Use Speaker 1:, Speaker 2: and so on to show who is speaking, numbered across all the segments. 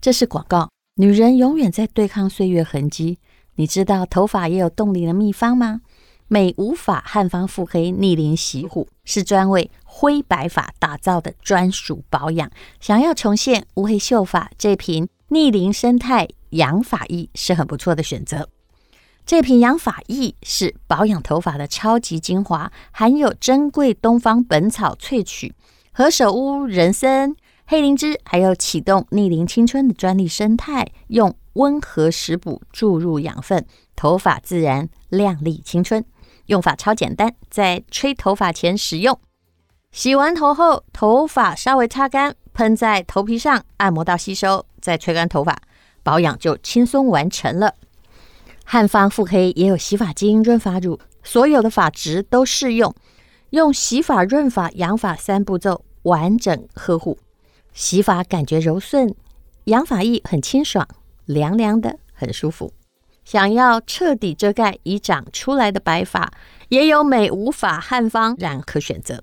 Speaker 1: 这是广告。女人永远在对抗岁月痕迹。你知道头发也有冻龄的秘方吗？美无法汉方复黑逆龄洗护是专为灰白发打造的专属保养。想要重现无黑秀发，这瓶逆龄生态养发液是很不错的选择。这瓶养发液是保养头发的超级精华，含有珍贵东方本草萃取、何首乌、人参、黑灵芝，还有启动逆龄青春的专利生态，用温和食补注入养分，头发自然亮丽青春。用法超简单，在吹头发前使用，洗完头后头发稍微擦干，喷在头皮上，按摩到吸收，再吹干头发，保养就轻松完成了。汉方复黑也有洗发精、润发乳，所有的发质都适用。用洗发、润发、养发三步骤完整呵护。洗发感觉柔顺，养发液很清爽，凉凉的，很舒服。想要彻底遮盖已长出来的白发，也有美无法汉方染可选择。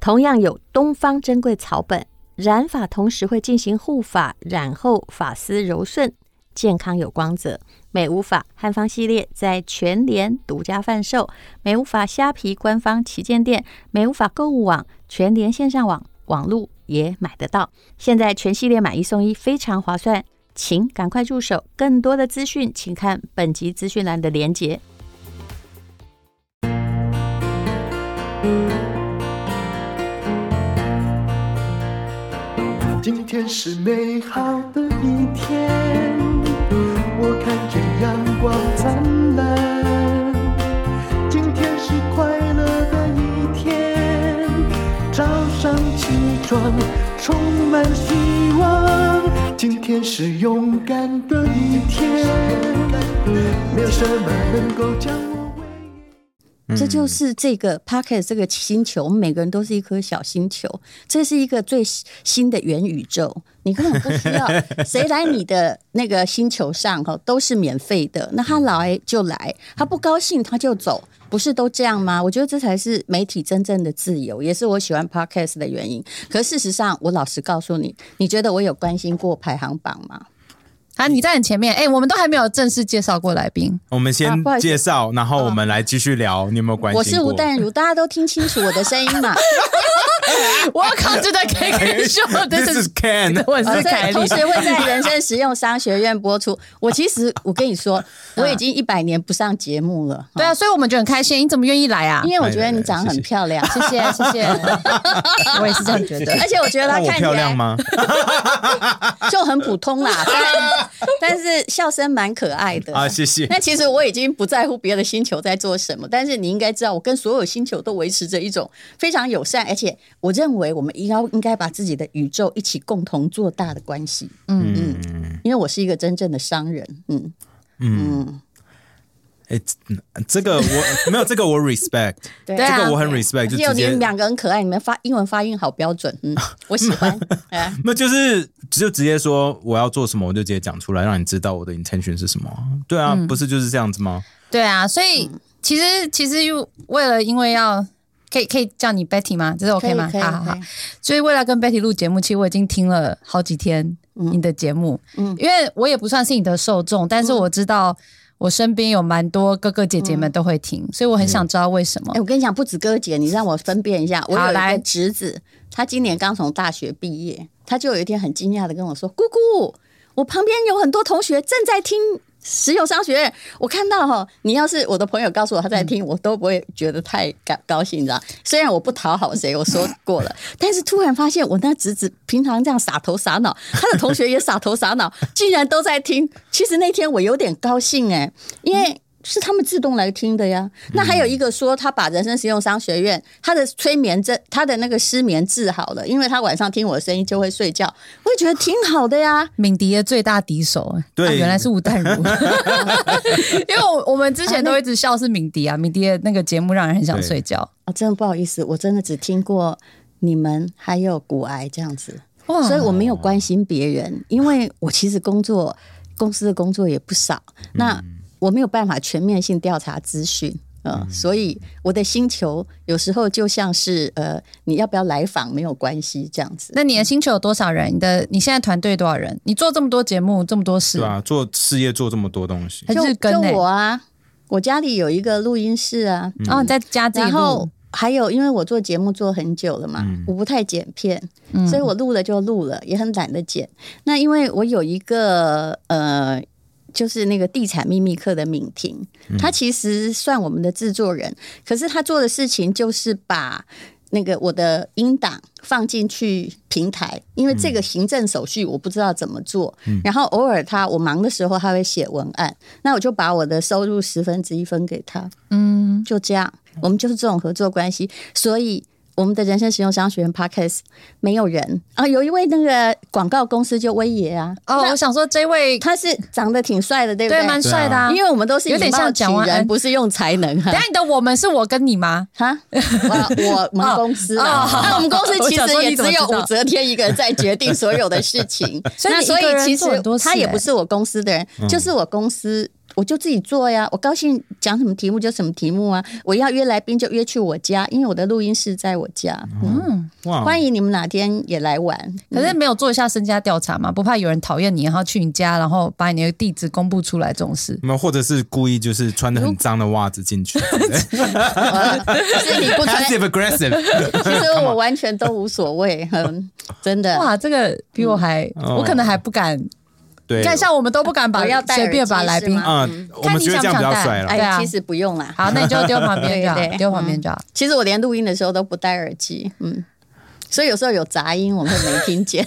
Speaker 1: 同样有东方珍贵草本染发，同时会进行护发，染后发丝柔顺，健康有光泽。美无法汉方系列在全联独家贩售，美无法虾皮官方旗舰店、美无法购物网、全联线上网、网路也买得到。现在全系列买一送一，非常划算，请赶快入手。更多的资讯，请看本集资讯栏的连结。
Speaker 2: 今天是美好的一天，我看见阳光灿烂。今天是快乐的一天，早上起床充满希望。今天是勇敢的一天，没有什么能够将我围绕。
Speaker 3: 这就
Speaker 4: 嗯
Speaker 3: 是这个 Pocket 这个星球，我们每个人都是一颗小星球，这是一个最新的元宇宙。你根本不需 要谁来你的那个星球上哈，都是免费的。那他来就来，他不高兴他就走，不是都这样吗？我觉得这才是媒体真正的自由，也是我喜欢 Podcast 的原因。可事实上，我老实告诉你，你觉得我有关心过排行榜吗？
Speaker 5: 啊，你在很前面，哎、我们都还没有正式介绍过来 宾，
Speaker 4: 我们
Speaker 3: 啊
Speaker 4: 先
Speaker 3: 不好意思啊
Speaker 4: 介绍，然后我们来继续聊。你有没有关心？
Speaker 3: 我是吴淡如，大家都听清楚我的 声音嘛？
Speaker 5: Welcome to the KK Show.
Speaker 4: This is Ken。
Speaker 5: 我
Speaker 3: 呃
Speaker 5: 是哦凯
Speaker 3: 在
Speaker 5: 莉
Speaker 3: 同。时会在人生实用商学院播出。我其实我跟你说，我已经一百年不上节目 了，
Speaker 5: 对啊，所以我们就很开心。你怎么愿意来啊
Speaker 3: 因？为我觉得你长得很漂亮，
Speaker 5: 谢谢谢谢， 我也是这样觉得。
Speaker 3: 而且我觉得她
Speaker 4: 那我
Speaker 3: 看起
Speaker 4: 漂亮
Speaker 3: 来
Speaker 4: 吗？
Speaker 3: 就很普通 啦，但 但是笑声蛮可爱的
Speaker 4: 啊，谢谢。
Speaker 3: 那其实我已经不在乎别的星球在做什么，但是你应该知道，我跟所有星球都维持着一种非常友善，而且我认为我们应该应该把自己的宇宙一起共同做大的关系。
Speaker 4: 嗯
Speaker 3: 因为我是一个真正的商人，嗯，
Speaker 4: 哎，这这个我没有，这个我 respect，
Speaker 3: 对
Speaker 4: 这
Speaker 5: 啊
Speaker 4: 个我很 respect，就
Speaker 3: 只有
Speaker 4: 直
Speaker 3: 你
Speaker 4: 接
Speaker 3: 们两个很可爱，你们发英文发音好标准， 嗯，我喜欢。哎
Speaker 4: 那就是就直接说我要做什么，我就直接讲出来，让你知道我的 intention 是什么啊。对啊，
Speaker 3: 嗯
Speaker 4: 不是就是这样子吗？
Speaker 5: 对啊，所以其实其实又为了因为要可以可以叫你 Betty 吗？这是 OK 吗？
Speaker 3: 可以
Speaker 5: 好
Speaker 3: 可以
Speaker 5: 好
Speaker 3: 可
Speaker 5: 好
Speaker 3: 以。
Speaker 5: 所以为了跟 Betty 录节目，其实我已经听了好几天你的节目，
Speaker 3: 嗯
Speaker 5: 因为我也不算是你的受众，但是我知道我身边有蛮多哥哥姐姐们都会听，所以我很想知道为什么
Speaker 3: 哎、。我跟你讲，不止哥姐，你让我分辨一下。我有一
Speaker 5: 来
Speaker 3: 个侄子，他今年刚从大学毕业，他就有一天很惊讶的跟我说：“姑姑，我旁边有很多同学正在听。”实用商学院，我看到哈，你要是我的朋友告诉我他在听，我都不会觉得太高高兴，你知道？虽然我不讨好谁，我说过了，但是突然发现我那侄子平常这样傻头傻脑，他的同学也傻头傻脑，竟然都在听。其实那天我有点高兴哎、因为是他们自动来听的呀。那还有一个说，他把人生实用商学院他的催眠症，他的那个失眠治好了，因为他晚上听我的声音就会睡觉，我也觉得挺好的呀。
Speaker 5: 敏迪的最大敌手，哎
Speaker 4: 对
Speaker 5: 啊原来是吴 淡如，因为我我们之前都一直笑是敏迪啊，敏迪的那个节目让人很想睡觉，
Speaker 3: 啊，真的不好意思，我真的只听过你们还有骨癌这样子，
Speaker 5: 哇
Speaker 3: 所以我没有关心别人，因为我其实工作
Speaker 5: 嗯
Speaker 3: 公司的工作也不少，那我没有办法全面性调查资讯。嗯，所以我的星球有时候就像是呃，你要不要来访没有关系这样子。
Speaker 5: 那你的星球有多少人？你的你现在团队多少人？你做这么多节目，这么多事，
Speaker 4: 对啊吧、做事业做这么多东西，
Speaker 5: 还
Speaker 3: 就是
Speaker 5: 跟
Speaker 3: 就
Speaker 5: 欸嗯
Speaker 3: 我啊，我家里有一个录音室啊，
Speaker 4: 嗯
Speaker 5: 然哦后你在家自己
Speaker 3: 然后
Speaker 5: 录，
Speaker 3: 还有因为我做节目做很久了嘛，
Speaker 4: 嗯
Speaker 3: 我不太剪片，
Speaker 5: 嗯
Speaker 3: 所以我录了就录了，也很懒得剪。那因为我有一个呃。就是那个地产秘密课的敏婷，她其实算我们的制作人，可是她做的事情就是把那个我的音档放进去平台，因为这个行政手续我不知道怎么做。然后偶尔他我忙的时候，他会写文案，那我就把我的收入十分之一分给他。嗯，就这样，我们就是这种合作关系，所以。我们的人生实用商学院 podcast 没有人啊，有一位那个广告公司就威爷啊，
Speaker 5: 哦，我想说这位
Speaker 3: 他是长得挺帅的，对不
Speaker 5: 对蛮帅的啊，
Speaker 3: 因为我们都是
Speaker 5: 有点
Speaker 3: 以貌
Speaker 5: 像蒋
Speaker 3: 取
Speaker 5: 万
Speaker 3: 人
Speaker 5: 安
Speaker 3: 不是用才能哈
Speaker 5: 哎等一。下你的我们是我跟你吗？
Speaker 3: 哈，我我们公司啊，
Speaker 5: 哦哦
Speaker 3: 那我们公司 其
Speaker 5: 我想
Speaker 3: 实
Speaker 5: 说
Speaker 3: 也
Speaker 5: 你怎么
Speaker 3: 只有
Speaker 5: 知道
Speaker 3: 武则天一个人在决定所有的事情。
Speaker 5: 所以
Speaker 3: 那
Speaker 5: 你
Speaker 3: 所
Speaker 5: 一个人
Speaker 3: 以其实
Speaker 5: 做很多事
Speaker 3: 他也
Speaker 5: 欸
Speaker 3: 不是我公司的人，就是我公司。我就自己做呀，我高兴讲什么题目就什么题目啊！我要约来宾就约去我家，因为我的录音室在我家。嗯
Speaker 4: 哇，
Speaker 3: 欢迎你们哪天也来玩。
Speaker 5: 可是没有做一下身家调查嘛？不怕有人讨厌你，然后去你家，然后把你的地址公布出来这种事？
Speaker 4: 没有，或者是故意就是穿的很脏的袜子进 去
Speaker 3: 是 你不穿，
Speaker 4: ，passive aggressive，
Speaker 3: 其实我完全都无所谓，很真的。
Speaker 5: 哇，这个比我还，
Speaker 4: 嗯
Speaker 5: 我可能还不敢。
Speaker 4: 对，
Speaker 5: 你看，像我们都不敢把
Speaker 3: 我要戴耳
Speaker 5: 随便把来宾
Speaker 3: 机是。吗
Speaker 4: 嗯，我们觉得这样比较帅
Speaker 5: 看你想
Speaker 4: 了
Speaker 5: 不想戴。对
Speaker 3: 哎，
Speaker 5: 啊
Speaker 3: 其实不用啦。
Speaker 5: 好，那你就丢旁边就
Speaker 3: 对对
Speaker 5: 好，丢旁边就好。
Speaker 3: 其实我连录音的时候都不戴耳机，嗯，所以有时候有杂音我们会没 听见，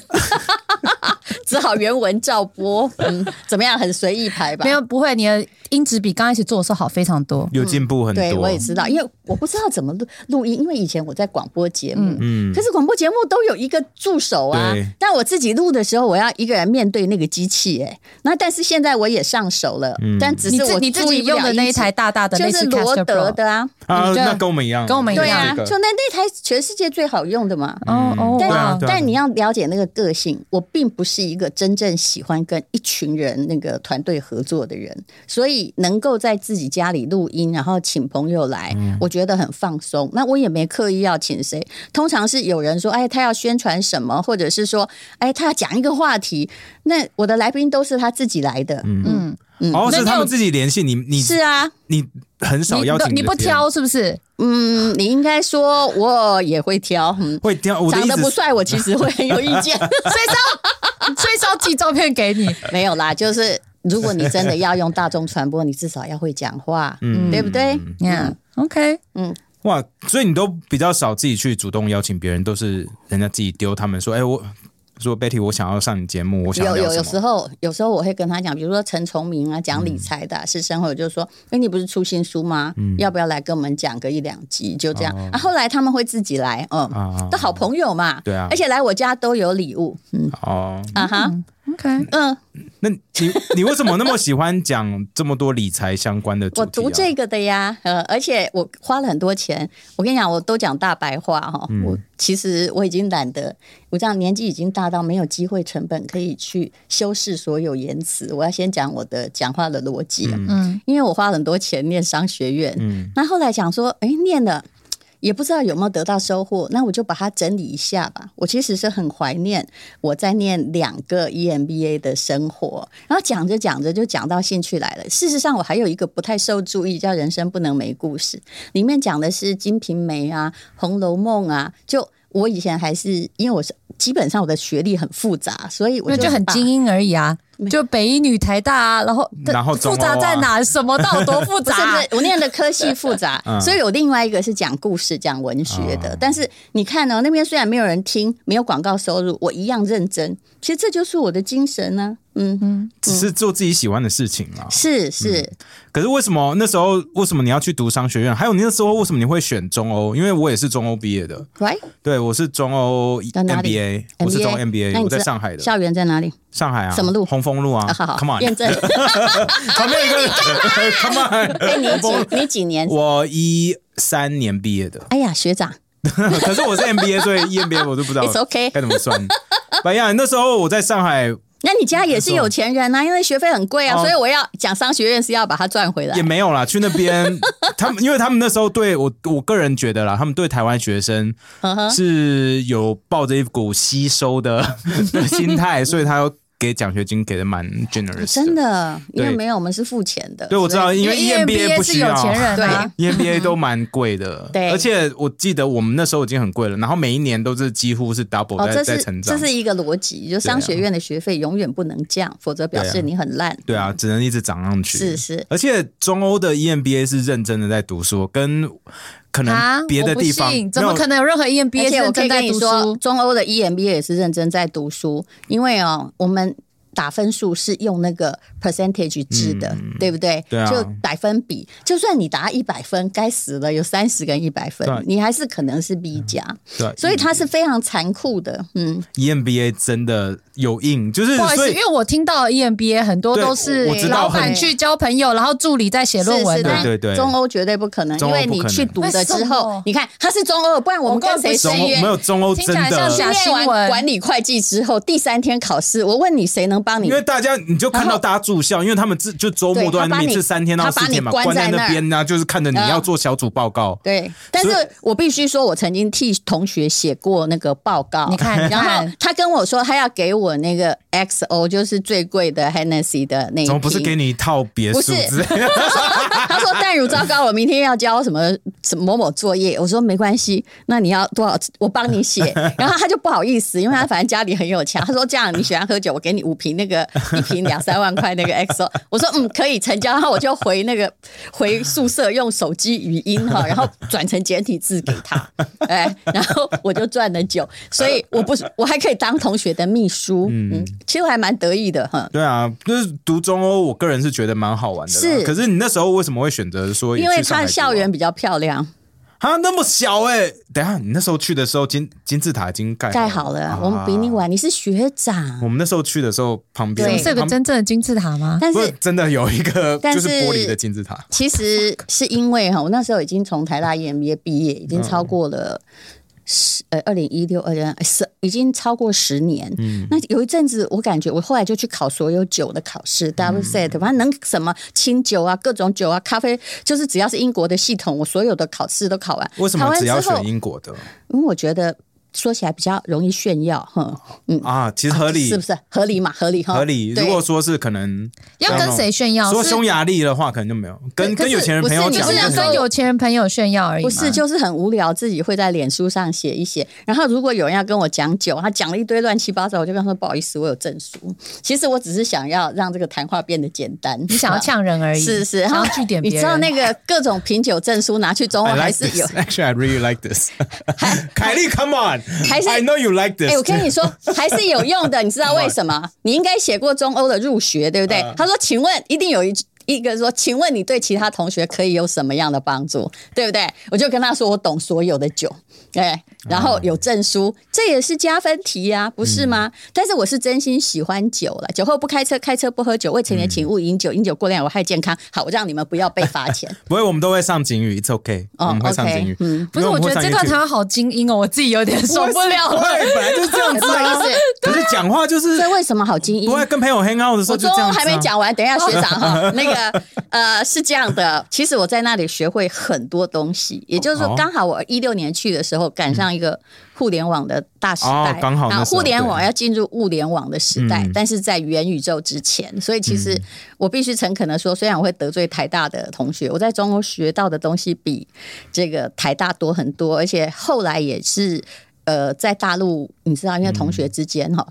Speaker 3: 只好原文照播。嗯，怎么样？很随意排吧。
Speaker 5: 没有，不会，你的音质比刚开始做的时候好非常多。
Speaker 4: 有进步很
Speaker 3: 嗯对，
Speaker 4: 多
Speaker 3: 我，也知道，因为我不知道怎么录录音，因为以前我在广播节目，
Speaker 4: 嗯
Speaker 3: 可是广播节目都有一个助手啊
Speaker 4: 对。
Speaker 3: 但我自己录的时候，我要一个人面对那个机器、哎，那但是现在我也上手了，
Speaker 4: 嗯
Speaker 3: 但只
Speaker 5: 你
Speaker 3: 是我
Speaker 5: 自你自
Speaker 3: 注意
Speaker 5: 己
Speaker 3: 不了
Speaker 5: 用的那一台大大的，
Speaker 3: 音
Speaker 5: 类
Speaker 3: 质，就
Speaker 5: 似
Speaker 3: 是罗
Speaker 5: Caster
Speaker 3: 德
Speaker 5: Pro
Speaker 3: 的啊，
Speaker 4: 啊，
Speaker 5: 你就
Speaker 4: 那跟我们一样，
Speaker 5: 跟我们一样
Speaker 3: 对啊，
Speaker 4: 这个
Speaker 3: 就那那台全世界最好用的嘛。
Speaker 5: 哦哦，
Speaker 3: 但、
Speaker 4: 对啊
Speaker 5: 哇
Speaker 4: 对啊
Speaker 3: 但你要了解那个个性，我并不是一个真正喜欢跟一群人那个团队合作的人，所以能够在自己家里录音，然后请朋友来，
Speaker 4: 嗯
Speaker 3: 我觉得很放松。那我也没刻意要请谁，通常是有人说，哎，他要宣传什么，或者是说，哎，他要讲一个话题，那我的来宾都是他自己来的，
Speaker 5: 嗯，
Speaker 4: 哦，是
Speaker 5: 那
Speaker 4: 他们
Speaker 5: 就
Speaker 4: 自己联系你，你
Speaker 3: 是啊，
Speaker 4: 你很少
Speaker 5: 你
Speaker 4: 邀
Speaker 5: 不
Speaker 4: 请
Speaker 5: 你不
Speaker 4: 这些人，
Speaker 5: 挑是不是？
Speaker 3: 嗯，你应该说我也会挑，嗯。
Speaker 4: 会挑，我的
Speaker 3: 长
Speaker 4: 意
Speaker 3: 得不
Speaker 4: 思是，
Speaker 3: 帅，我其实会很有意 见。
Speaker 5: 所以是要所以是要寄照片给你，
Speaker 3: 没有啦，就是如果你真的要用大众传播，你至少要会讲话，
Speaker 4: 嗯
Speaker 3: 对不对？
Speaker 5: 嗯，OK，
Speaker 4: 哇，所以你都比较少自己去主动邀请别人，都是人家自己丢他们说，哎，我说 Betty，我想要上你节目，我想要
Speaker 3: 有
Speaker 4: 聊
Speaker 3: 有
Speaker 4: 什
Speaker 3: 有
Speaker 4: 么嗯
Speaker 3: 时候，有时候我会跟他讲，比如说陈崇明啊，讲理财的啊、是生活，我就说，哎，你不是出新书吗？
Speaker 4: 嗯
Speaker 3: 要不要来跟我们讲个一两集？就这样。啊，后来他们会自己来，嗯，
Speaker 4: 哦啊
Speaker 3: 都好朋友嘛，
Speaker 4: 对啊
Speaker 3: 而且来我家都有礼物，嗯
Speaker 4: 哦，
Speaker 3: 啊哈，
Speaker 5: OK，
Speaker 3: 嗯，
Speaker 4: 那你你为什么那么喜欢讲这么多理财相关的主
Speaker 3: 我
Speaker 4: 题、啊？
Speaker 3: 读这个的呀，呃，而且我花了很多钱。我跟你讲，我都讲大白话哈、
Speaker 4: 嗯
Speaker 3: 我其实我已经懒得，我这样年纪已经大到没有机会成本可以去修饰所有言辞。我要先讲我的讲话的逻辑，啊
Speaker 5: 嗯，
Speaker 3: 因为我花了很多钱念商学院，
Speaker 4: 嗯
Speaker 3: 那后来想说，哎，念了。也不知道有没有得到收获，那我就把它整理一下吧。我其实是很怀念我在念两个 E EMBA 的生活，然后讲着讲着就讲到兴趣来了。事实上，我还有一个不太受注意，叫《人生不能没故事》，里面讲的是《金瓶梅》啊，《红楼梦》啊。就我以前还是因为我是基本上我的学历很复杂，所以我
Speaker 5: 那就很
Speaker 3: 把
Speaker 5: 精英而已啊，就北一女、台大啊，然后
Speaker 4: 然后中
Speaker 5: 复
Speaker 4: 欧啊
Speaker 5: 杂在哪？什么到底多复
Speaker 3: 不是不
Speaker 5: 杂
Speaker 3: 是？，我念的科系复杂
Speaker 4: 嗯，
Speaker 3: 所以有另外一个是讲故事、讲文学的
Speaker 4: 哦。
Speaker 3: 但是你看哦，那边虽然没有人听，没有广告收入，我一样认真。其实这就是我的精神呢、嗯嗯，
Speaker 4: 只是做自己喜欢的事情啊。
Speaker 3: 是是，
Speaker 4: 可是为什么那时候为什么你要去读商学院？还有你那时候为什么你会选中欧？因为我也是中欧毕业的，
Speaker 3: right
Speaker 4: 对我是中欧
Speaker 3: 在哪里
Speaker 4: MBA，我是中欧
Speaker 3: 那
Speaker 4: MBA，
Speaker 3: 你
Speaker 4: 我
Speaker 3: 知
Speaker 4: 在
Speaker 3: 道
Speaker 4: 上海的，
Speaker 3: 校园在哪里？
Speaker 4: 上海啊，
Speaker 3: 什么路
Speaker 4: 红枫路啊
Speaker 3: 啊，好好
Speaker 4: ，Come
Speaker 3: 验
Speaker 4: on，
Speaker 3: 证。
Speaker 4: 旁边有一个人 ，Come on，
Speaker 3: 哎，你 几你几年？
Speaker 4: 我一三年毕业的，
Speaker 3: 哎呀，学长，
Speaker 4: 可是我是 MBA，所以 E EMBA 我都不知道
Speaker 3: It's okay
Speaker 4: 该怎么算。白呀，那时候我在上海，
Speaker 3: 那你家也是有钱人啊，因为学费很贵啊，
Speaker 4: 哦
Speaker 3: 所以我要讲商学院是要把它赚回来
Speaker 4: 也。没有啦，去那边他们，因为他们那时候对我，我个人觉得啦，他们对台湾学生
Speaker 3: 嗯哼
Speaker 4: 是有抱着一股吸收的的心态，所以他要给奖学金给的蛮 generous，
Speaker 3: 真。的，因为
Speaker 4: 对
Speaker 3: 没有我们是付钱的。
Speaker 4: 对，我知道，
Speaker 3: 所以
Speaker 4: 因为 E EMBA 不
Speaker 5: 是
Speaker 4: 需
Speaker 5: 有
Speaker 4: 要，E
Speaker 5: 钱人啊
Speaker 3: 对，
Speaker 4: EMBA 都蛮贵的，
Speaker 3: 对
Speaker 4: 而且我记得我们那时候已经很贵了，然后每一年都是几乎是 double
Speaker 3: 哦，
Speaker 4: 在、
Speaker 3: 这
Speaker 4: 在
Speaker 3: 是
Speaker 4: 成长，啊
Speaker 3: 这是一个逻辑，就商学院的学费永远不能降，否则表示你很烂。
Speaker 4: 对啊，只能一直涨上去。
Speaker 3: 是是
Speaker 4: 而且中欧的 E EMBA 是认真的在读书，跟可
Speaker 5: 啊
Speaker 4: 能，别的
Speaker 5: 我不
Speaker 4: 地方、
Speaker 5: 信怎么
Speaker 4: 没有
Speaker 5: 可能有任何 E EMBA
Speaker 3: 而且我
Speaker 5: 是
Speaker 3: 可以
Speaker 5: 正在
Speaker 3: 跟你
Speaker 5: 读
Speaker 3: 说
Speaker 5: 书，？
Speaker 3: 中欧的 E EMBA 也是认真在读书，因为哦，我们打分数是用那个 percentage 制的，对不对？
Speaker 4: 对啊
Speaker 3: 就百分比，就算你答一百分，该死了，有三十跟一百分
Speaker 4: 对，嗯
Speaker 3: 你还是可能是 B 加，
Speaker 4: 对，啊 E
Speaker 3: 所以它是非常残酷的。嗯，
Speaker 4: EMBA 真的有硬，就是
Speaker 5: 不好意
Speaker 4: 所
Speaker 5: 思，
Speaker 4: 以
Speaker 5: 因为我听到 E EMBA 很多
Speaker 4: 对
Speaker 5: 都
Speaker 4: 我
Speaker 5: 是
Speaker 4: 知道
Speaker 5: 老
Speaker 4: 很
Speaker 5: 板去交朋友，然后助理在写论
Speaker 3: 是是，
Speaker 5: 文
Speaker 3: 但
Speaker 5: 啊。
Speaker 4: 对对对
Speaker 3: 中欧绝对不可能，因
Speaker 4: 中欧
Speaker 3: 为
Speaker 4: 不
Speaker 3: 你
Speaker 4: 可能
Speaker 3: 去读了之
Speaker 5: 为什么
Speaker 3: 后，你看它是中欧，不然我们
Speaker 5: 我根
Speaker 3: 跟
Speaker 5: 本不
Speaker 3: 谁签
Speaker 4: 中欧
Speaker 3: 约？
Speaker 4: 没有中欧
Speaker 5: 听
Speaker 4: 真
Speaker 5: 起来像假
Speaker 4: 的，
Speaker 3: 念完管理会计之后，第三天考试，我问你谁能帮你
Speaker 4: 因？为大家你就看
Speaker 3: 然
Speaker 4: 到
Speaker 3: 后
Speaker 4: 大家住校，因为他们自就周末
Speaker 3: 对
Speaker 4: 都在
Speaker 3: 他
Speaker 4: 那
Speaker 3: 把
Speaker 4: 边
Speaker 3: 你
Speaker 4: 是三天到
Speaker 3: 他
Speaker 4: 四
Speaker 3: 把你
Speaker 4: 天嘛，
Speaker 3: 关
Speaker 4: 关
Speaker 3: 在
Speaker 4: 在
Speaker 3: 那儿
Speaker 4: 那边呢、啊就是看着你
Speaker 3: 嗯
Speaker 4: 要做小组报告。
Speaker 3: 对，但是
Speaker 4: 所以
Speaker 3: 我必须说，我曾经替同学写过那个报告。
Speaker 5: 你看
Speaker 3: 然
Speaker 5: 你
Speaker 3: 后
Speaker 5: 看
Speaker 3: 他跟我说，他要给我那个 XO，就是最贵的 Hennessy 的那一
Speaker 4: 怎么不是
Speaker 3: 瓶
Speaker 4: 给你一套别
Speaker 3: 不
Speaker 4: 墅
Speaker 3: 是
Speaker 4: 之类的？
Speaker 3: 他说：“淡如，糟糕，我明天要交什么什么某某作业。”我说：“没关系，那你要多少，我帮 你写。”然后他就不好意思，因为他反正家里很有钱。他说：“这样你喜欢喝酒，我给你五瓶那个一瓶两三万块那个 XO。”我说：“嗯，可以成交。”然后我就回那个回宿舍用手机语音哈，然后转成简体字给他，哎，然后我就赚了酒，所以我不是我还可以当同学的秘书，嗯，其实我还蛮得意的 哈。
Speaker 4: 对啊，就是读中欧，我个人是觉得蛮好玩的啦。
Speaker 3: 是
Speaker 4: 可是你那时候为什么会选择说也
Speaker 3: 因
Speaker 4: 去上
Speaker 3: 为他
Speaker 4: 海
Speaker 3: 的
Speaker 4: 读啊
Speaker 3: 校园比较漂亮，
Speaker 4: 啊那么小哎、等一下你那时候去的时候金金字塔已经盖
Speaker 3: 盖好了，我们比你。
Speaker 4: 哎啊
Speaker 3: 晚，你是学长
Speaker 4: 我，们那时候去的时候旁边
Speaker 3: 对
Speaker 5: 是有个
Speaker 4: 旁
Speaker 5: 真正的金字塔吗？
Speaker 3: 但
Speaker 4: 不是
Speaker 3: 是
Speaker 4: 真的有一个
Speaker 3: 但
Speaker 4: 就是是玻璃的金字塔，
Speaker 3: 其实是因为哈，我那时候已经从台大 EMBA 毕业，已经超过了。十呃，二零一六二零十已经超过十年。
Speaker 4: 嗯
Speaker 3: 那有一阵子，我感觉我后来就去考所有酒的考
Speaker 4: 嗯
Speaker 3: 试，WSET，、反正能什么清酒啊、各种酒啊、咖啡，就是只要是英国的系统，我所有的考试都考完。
Speaker 4: 为什
Speaker 3: 考
Speaker 4: 么
Speaker 3: 完
Speaker 4: 只
Speaker 3: 之
Speaker 4: 要
Speaker 3: 后
Speaker 4: 选，英国的
Speaker 3: 因为我觉得说起来比较容易炫耀，哼，
Speaker 4: 啊？其实合理
Speaker 3: 是不是合理嘛？合理哈，
Speaker 4: 合理。
Speaker 3: 对
Speaker 4: 如果说是可能
Speaker 5: 要跟谁炫耀？
Speaker 4: 说
Speaker 5: 是
Speaker 4: 匈牙利的话，可能就没有跟
Speaker 5: 可
Speaker 4: 跟
Speaker 5: 是
Speaker 4: 有钱人
Speaker 5: 不
Speaker 4: 朋
Speaker 5: 是
Speaker 4: 友
Speaker 5: 你
Speaker 4: 讲
Speaker 5: 不
Speaker 4: 就是
Speaker 5: 要
Speaker 4: 没有，
Speaker 5: 跟有钱人朋友炫耀而已吗
Speaker 3: 不是，就是很无聊，自己会在脸书上写一写。然后如果有人要跟我讲酒，他讲了一堆乱七八糟，我就跟他说不好意思，我有证书。其实我只是想要让这个谈话变得简单。
Speaker 5: 你想要呛人而已，
Speaker 3: 是是，
Speaker 5: 想
Speaker 3: 然
Speaker 5: 要
Speaker 3: 后
Speaker 5: 据点
Speaker 3: 你
Speaker 5: 别人。
Speaker 3: 知道那个各种品酒证书拿去中欧
Speaker 4: I
Speaker 3: 哦还
Speaker 4: like
Speaker 3: 是有
Speaker 4: this. Actually, I really like this. 凯莉，Come on!
Speaker 3: 还是
Speaker 4: I know you like
Speaker 3: 哎、
Speaker 4: this.
Speaker 3: 我跟你说，还是有用的，你知道为什么？你应该写过中欧的入学，对不对？他说，请问一定有一一个说，请问你对其他同学可以有什么样的帮助，对不对？我就跟他说，我懂所有的酒，哎，然后有证书，这也是加分题呀、不是吗？但是我是真心喜欢酒了，酒后不开车，开车不喝酒，未成年请勿饮酒，饮酒过量有害健康。好，我让你们不要被罚钱。
Speaker 4: 不会，我们都会上警语，It's OK，
Speaker 3: 哦
Speaker 4: 我们会上
Speaker 3: OK，
Speaker 4: 警语。
Speaker 3: 嗯
Speaker 5: 不是，我觉得这段台湾好精英哦， 我自己有点受不了
Speaker 4: 对，
Speaker 5: 了。
Speaker 4: 会本来就是这样子啊。可是讲话就是
Speaker 3: 这为什么好精英
Speaker 4: 不？会跟朋友 hang out 的时候
Speaker 3: 我
Speaker 4: 就这
Speaker 3: 中文
Speaker 4: 样子啊。
Speaker 3: 还没讲完，等一下学长哈，那个呃是这样的，其实我在那里学会很多东西，也就是说
Speaker 4: 哦
Speaker 3: 刚好我一六年去的时候赶上一个互联网的大时代
Speaker 4: 哦，刚好那时候
Speaker 3: 啊互联网要进入物联网的时代，但是在元宇宙之前，所以其实我必须诚恳的说，虽然我会得罪台大的同学，我在中国学到的东西比这个台大多很多，而且后来也是呃，在大陆你知道，因为同学之间哈、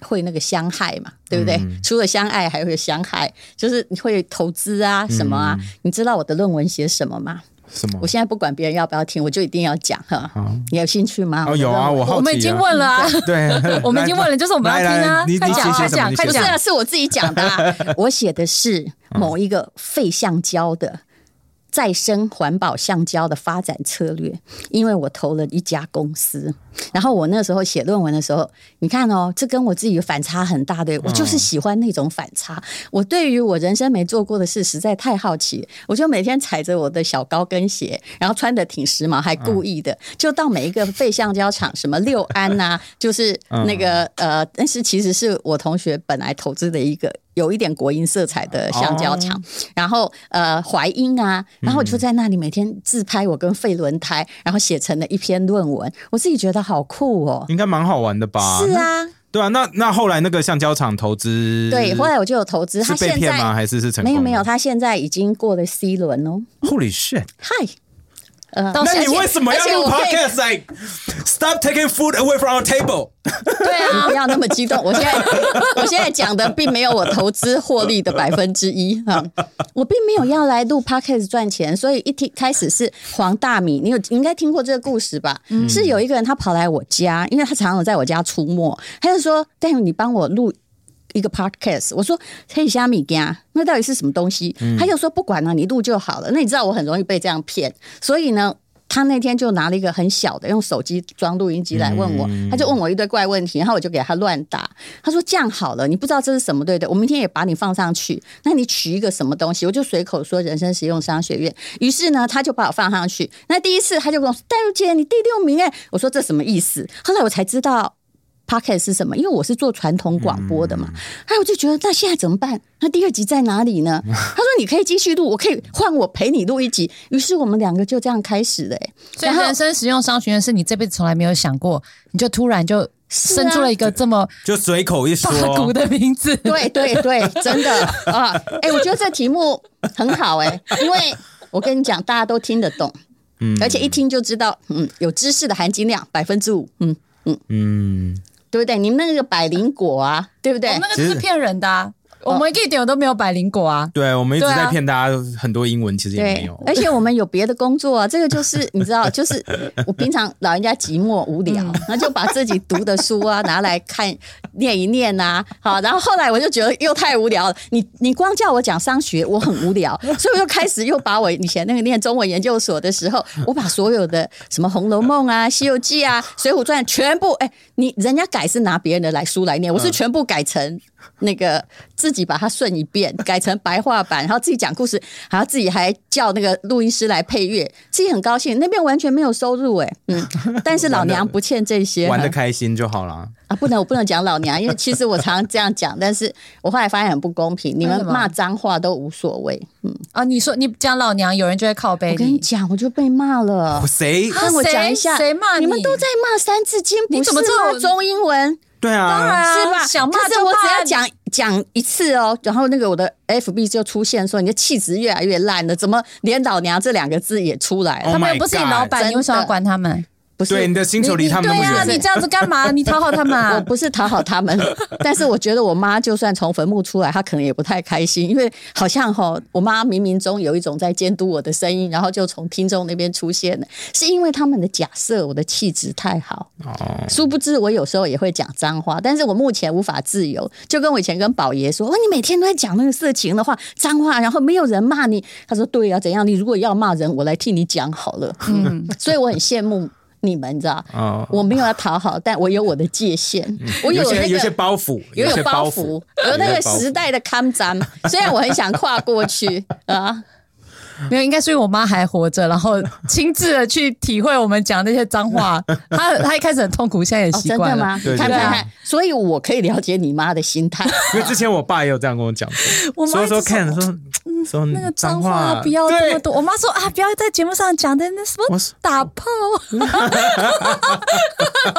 Speaker 3: 会那个相害嘛，对不对？除了相爱，还会相害，就是你会投资啊什么啊。你知道我的论文写什么吗？
Speaker 4: 什么
Speaker 3: 我？现在不管别人要不要听，我就一定要讲哈
Speaker 4: 好。
Speaker 3: 你有兴趣吗？
Speaker 4: 哦，有啊，
Speaker 3: 我
Speaker 4: 我好奇啊
Speaker 5: 我们已经问了啊，，
Speaker 4: 对
Speaker 5: 我们已经问了就是我们要
Speaker 4: 来来
Speaker 5: 听啊
Speaker 4: 你
Speaker 5: 快
Speaker 4: 你写
Speaker 5: 讲快
Speaker 4: 什么？
Speaker 5: 讲
Speaker 4: 你
Speaker 5: 快
Speaker 4: 写
Speaker 3: 的论文不
Speaker 4: 什
Speaker 3: 是
Speaker 4: 么
Speaker 3: 啊，
Speaker 5: 嗯
Speaker 3: 是我自己讲的、啊，我写的是某一个废橡胶的。再生环保橡胶的发展策略，因为我投了一家公司。然后我那时候写论文的时候，你看哦，这跟我自己反差很大，对我
Speaker 5: 嗯
Speaker 3: 就是喜欢那种反差。我对于我人生没做过的事实在太好奇，我就每天踩着我的小高跟鞋，然后穿的挺时髦，还故意
Speaker 4: 嗯
Speaker 3: 的，就到每一个废橡胶厂，什么六安呐、就是
Speaker 4: 嗯
Speaker 3: 那个呃，但是其实是我同学本来投资的一个有一点国营色彩
Speaker 4: 哦
Speaker 3: 的橡胶厂，然后呃淮阴啊，然后我
Speaker 4: 嗯
Speaker 3: 就在那里每天自拍我跟废轮胎，然后写成了一篇论文，我自己觉得好酷哦。
Speaker 4: 应该蛮好玩的吧？
Speaker 3: 是，啊，
Speaker 4: 对啊。那那后来那个橡胶厂投资，
Speaker 3: 对，后来我就有投资，他
Speaker 4: 是被
Speaker 3: 现
Speaker 4: 骗吗？
Speaker 3: 在
Speaker 4: 还是是成功
Speaker 3: 没
Speaker 4: 的？
Speaker 3: 有没有，他现在已经过了 C 轮哦。
Speaker 4: Holy shit！
Speaker 3: 嗨，呃，
Speaker 5: 到
Speaker 4: 那
Speaker 5: 现
Speaker 4: 你
Speaker 5: 在
Speaker 4: 为什么要录
Speaker 3: 而且我可以
Speaker 4: podcast？Like stop taking food away from our table。
Speaker 3: 对 啊，不要那么激动。我现在 我现在讲的并没有我投资获 利的百分之一啊，我并没有要来录 podcast 赚钱，所以一听开始是黄大米，你有你应该听过这个故事吧？
Speaker 4: 嗯
Speaker 3: 是有一个人他跑来我家，因为他常常有在我家出没，他就说：“戴勇，你帮我录。”一个 podcast，我说黑虾米干，那到底是什么东西？他就说不管了、你录就好了。那你知道我很容易被这样骗，所以呢，他那天就拿了一个很小的，用手机装录音机来问我，他就问我一堆怪问题，然后我就给他乱答。他说这样好了，你不知道这是什么，对不对？我明天也把你放上去，那你取一个什么东西？我就随口说人生实用商学院。于是呢，他就把我放上去。那第一次他就跟我说：“戴茹姐，你第六名哎。”我说这什么意思？后来我才知道 Pocket 是什么，因为我是做传统广播的嘛。哎，我就觉得那现在怎么办？那第二集在哪里呢？他说你可以继续录，我可以换我陪你录一集。于是我们两个就这样开始了、欸。
Speaker 5: 所以
Speaker 3: 然后
Speaker 5: 人生实用商学院是你这辈子从来没有想过，你就突然就生出了一个这么
Speaker 4: 就随口一说，
Speaker 5: 八股的名字。
Speaker 3: 对对对，真的啊！哎、我觉得这题目很好哎、因为我跟你讲，大家都听得懂，
Speaker 4: 嗯
Speaker 3: 而且一听就知道，嗯，有知识的含金量百分之五，嗯，
Speaker 4: 嗯，
Speaker 3: 对不对？你们那个百灵果啊，对不
Speaker 5: 我
Speaker 3: 对
Speaker 5: 们？那个就是骗人的、啊，
Speaker 4: 哦
Speaker 5: 我们一点都没有百灵果啊。
Speaker 4: 对，我们一直
Speaker 5: 对啊
Speaker 4: 在骗大家很多英文，其实也没
Speaker 3: 对
Speaker 4: 有，。
Speaker 3: 而且我们有别的工作啊，这 个就是你 知道，就是我平常老人家寂寞无聊，
Speaker 4: 嗯
Speaker 3: 那就把自己读的书啊 拿来看念一念呐、啊，好，然后后来我就觉得又太无聊了，你你光叫我讲商学，我很无 聊，所以我又开始又把我以前那个念中文研究所的时候，我把所有的什么《红楼梦》啊、《西游记》啊、《水浒传》全部，哎，你人家改是拿别人的来书来念，
Speaker 4: 嗯
Speaker 3: 我是全部改成 那个自己把它顺 一遍，改成白话版，然后自己讲故事，然后自己还叫那个录音师来配乐，自己很高兴。那边完全没有收入哎、 嗯，但是老娘不欠这
Speaker 5: 哎
Speaker 3: 些。嗯
Speaker 4: 玩的开心就好啦。
Speaker 3: 啊，不能，我不能讲老娘，因为其实我常常这样 讲，但是我后来发现很不公平，你
Speaker 5: 为
Speaker 3: 们
Speaker 5: 什么
Speaker 3: 骂脏话都无所谓。
Speaker 5: 啊，你说你讲老娘，有人就会靠背
Speaker 3: 我跟你
Speaker 5: 你。啊
Speaker 3: 讲，我就被骂了。
Speaker 5: 哦
Speaker 4: 谁？
Speaker 3: 跟我讲一下，
Speaker 5: 谁谁骂你
Speaker 3: 们都在骂《三字经》，不
Speaker 5: 你
Speaker 3: 是
Speaker 5: 怎么知道
Speaker 3: 骂
Speaker 5: 我
Speaker 3: 中英文？
Speaker 4: 对
Speaker 5: 当然
Speaker 4: 啊，
Speaker 5: 啊
Speaker 3: 是吧？
Speaker 5: 想骂
Speaker 3: 可是
Speaker 5: 就
Speaker 3: 我只
Speaker 5: 骂
Speaker 3: 要讲讲一次哦，然后那个我的 FB 就出现说你的气质越来越烂了，怎么连老娘这两个字也出来了？
Speaker 4: Oh
Speaker 5: 他
Speaker 4: my
Speaker 5: 们又不是你
Speaker 4: God，
Speaker 5: 老板，
Speaker 3: 真
Speaker 5: 你为什么要
Speaker 3: 的
Speaker 5: 管他们？
Speaker 3: 不是
Speaker 4: 对，你的星球离他们那
Speaker 5: 对
Speaker 4: 么
Speaker 5: 啊，你
Speaker 4: 远。
Speaker 5: 这样子干嘛？你讨好他们
Speaker 3: 我
Speaker 5: 啊？
Speaker 3: 不是讨好他 们，但是我觉得我妈就算从坟墓出来，她可能也不太开心，因为好像哈、我妈冥冥中有一种在监督我的声音，然后就从听众那边出现了，是因为他们的假设我的气质太好，
Speaker 4: 哦，
Speaker 3: 殊不知我有时候也会讲脏话，但是我目前无法自由，就跟我以前跟宝爷说，哇，你每天都在讲那个色情的话、脏话，然后没有人骂你，他说对啊，怎样？你如果要骂人，我来替你讲好 了。嗯，所以我很羡慕你们，你知道。
Speaker 4: 哦
Speaker 3: 我没有要讨好，但我有我的界限，我
Speaker 4: 有些
Speaker 3: 那
Speaker 4: 有些
Speaker 3: 个
Speaker 4: 包袱，
Speaker 3: 有
Speaker 4: 些
Speaker 3: 有
Speaker 4: 包
Speaker 3: 包袱，有那个时。代的 抗战，虽然我很想跨过去啊，
Speaker 5: 没有，应该是因为我妈还活着，然 后亲自的去体会我们讲那些脏话。她她一开始很痛苦，现在也
Speaker 3: 哦，
Speaker 5: 习
Speaker 3: 真
Speaker 5: 惯
Speaker 3: 的
Speaker 5: 了。
Speaker 3: 吗？
Speaker 4: 对
Speaker 3: 你看
Speaker 4: 对
Speaker 3: 看
Speaker 4: 啊
Speaker 3: 看，所以我可以了解你妈的心态。
Speaker 4: 因为之前我爸也有这样跟我讲过，
Speaker 5: 我 妈
Speaker 4: 说
Speaker 5: 一直
Speaker 4: 说
Speaker 5: 说
Speaker 4: 看说
Speaker 3: 嗯
Speaker 4: 说
Speaker 5: 那个脏
Speaker 4: 脏
Speaker 5: 话不要这
Speaker 4: 对
Speaker 5: 么多。我妈说啊，不要在节目上讲的那什
Speaker 4: 我
Speaker 5: 么
Speaker 4: 是
Speaker 5: 打炮。啊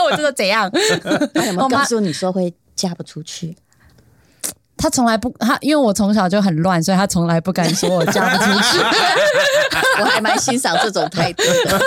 Speaker 5: 我就说怎样？
Speaker 3: 她有 没
Speaker 5: 我
Speaker 3: 有
Speaker 5: 妈
Speaker 3: 告诉你说会嫁不出去？
Speaker 5: 她从来不，她因为我从小就很乱，所以她从来不敢说我 嫁不出去。
Speaker 3: 我还蛮欣赏这种态度 的。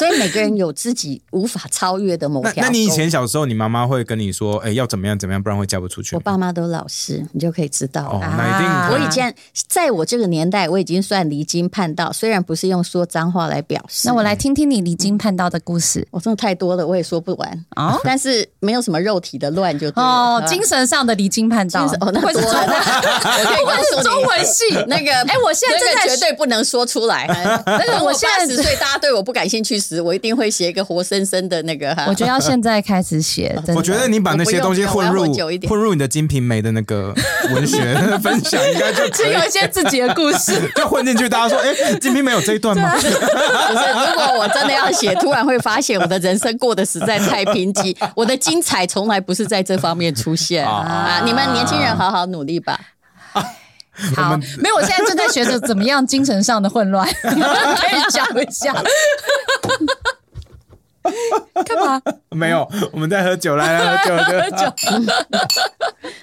Speaker 3: 所以每个人有自己无法超越的某
Speaker 4: 那
Speaker 3: 条沟。
Speaker 4: 那你以前小时候，你妈妈会跟你说，哎，要怎么样怎么样，不然会嫁不出去
Speaker 3: 我。爸妈都老师，你就可以知道
Speaker 4: 哦，
Speaker 3: 了。
Speaker 4: 那一定
Speaker 5: 啊
Speaker 4: 可
Speaker 3: 我
Speaker 4: 能。
Speaker 3: 以前在我这个年代，我已经算离经叛道，虽然不是用说脏话来表示。
Speaker 5: 那我来听听你离经叛道的故事
Speaker 3: 我真的太多了，我也 说不完。
Speaker 5: 哦
Speaker 3: 但是没有什么肉体的乱就对了啊
Speaker 5: 哦
Speaker 3: 好，吧
Speaker 5: 精神上的离经叛道
Speaker 3: 精。神哦，那
Speaker 5: 愧是中文，
Speaker 3: 不
Speaker 5: 不愧是中文系。
Speaker 3: 那个，
Speaker 5: 哎我现在正
Speaker 3: 那
Speaker 5: 在
Speaker 3: 个绝对不能说出 来。但
Speaker 5: 我现在
Speaker 3: 十岁，大家对我不感兴趣时，我一定会写一个活生生的那个哈。
Speaker 5: 我觉得要现在开始写，真的
Speaker 4: 哦我觉得你把那些东西混
Speaker 3: 我不
Speaker 4: 入
Speaker 3: 用我要混久一点
Speaker 4: 混入你的《金瓶梅》的那个文 学分享，应该就可
Speaker 5: 是
Speaker 4: 以
Speaker 5: 有一些自己的故 事。
Speaker 4: 就混进去。大家说，哎、金瓶梅》有这一段吗？
Speaker 3: 啊不是，如果我真的要写，突然会发现我的人生过得实在太贫瘠，我的精彩从来不是在这方面出现
Speaker 4: 啊
Speaker 3: 啊！你们年轻人好好努力吧。
Speaker 5: 好，没有，我现在正在学着怎么样精神上的混 乱，可以讲一下。干嘛？
Speaker 4: 没有，我们在喝酒，来来喝酒，喝酒。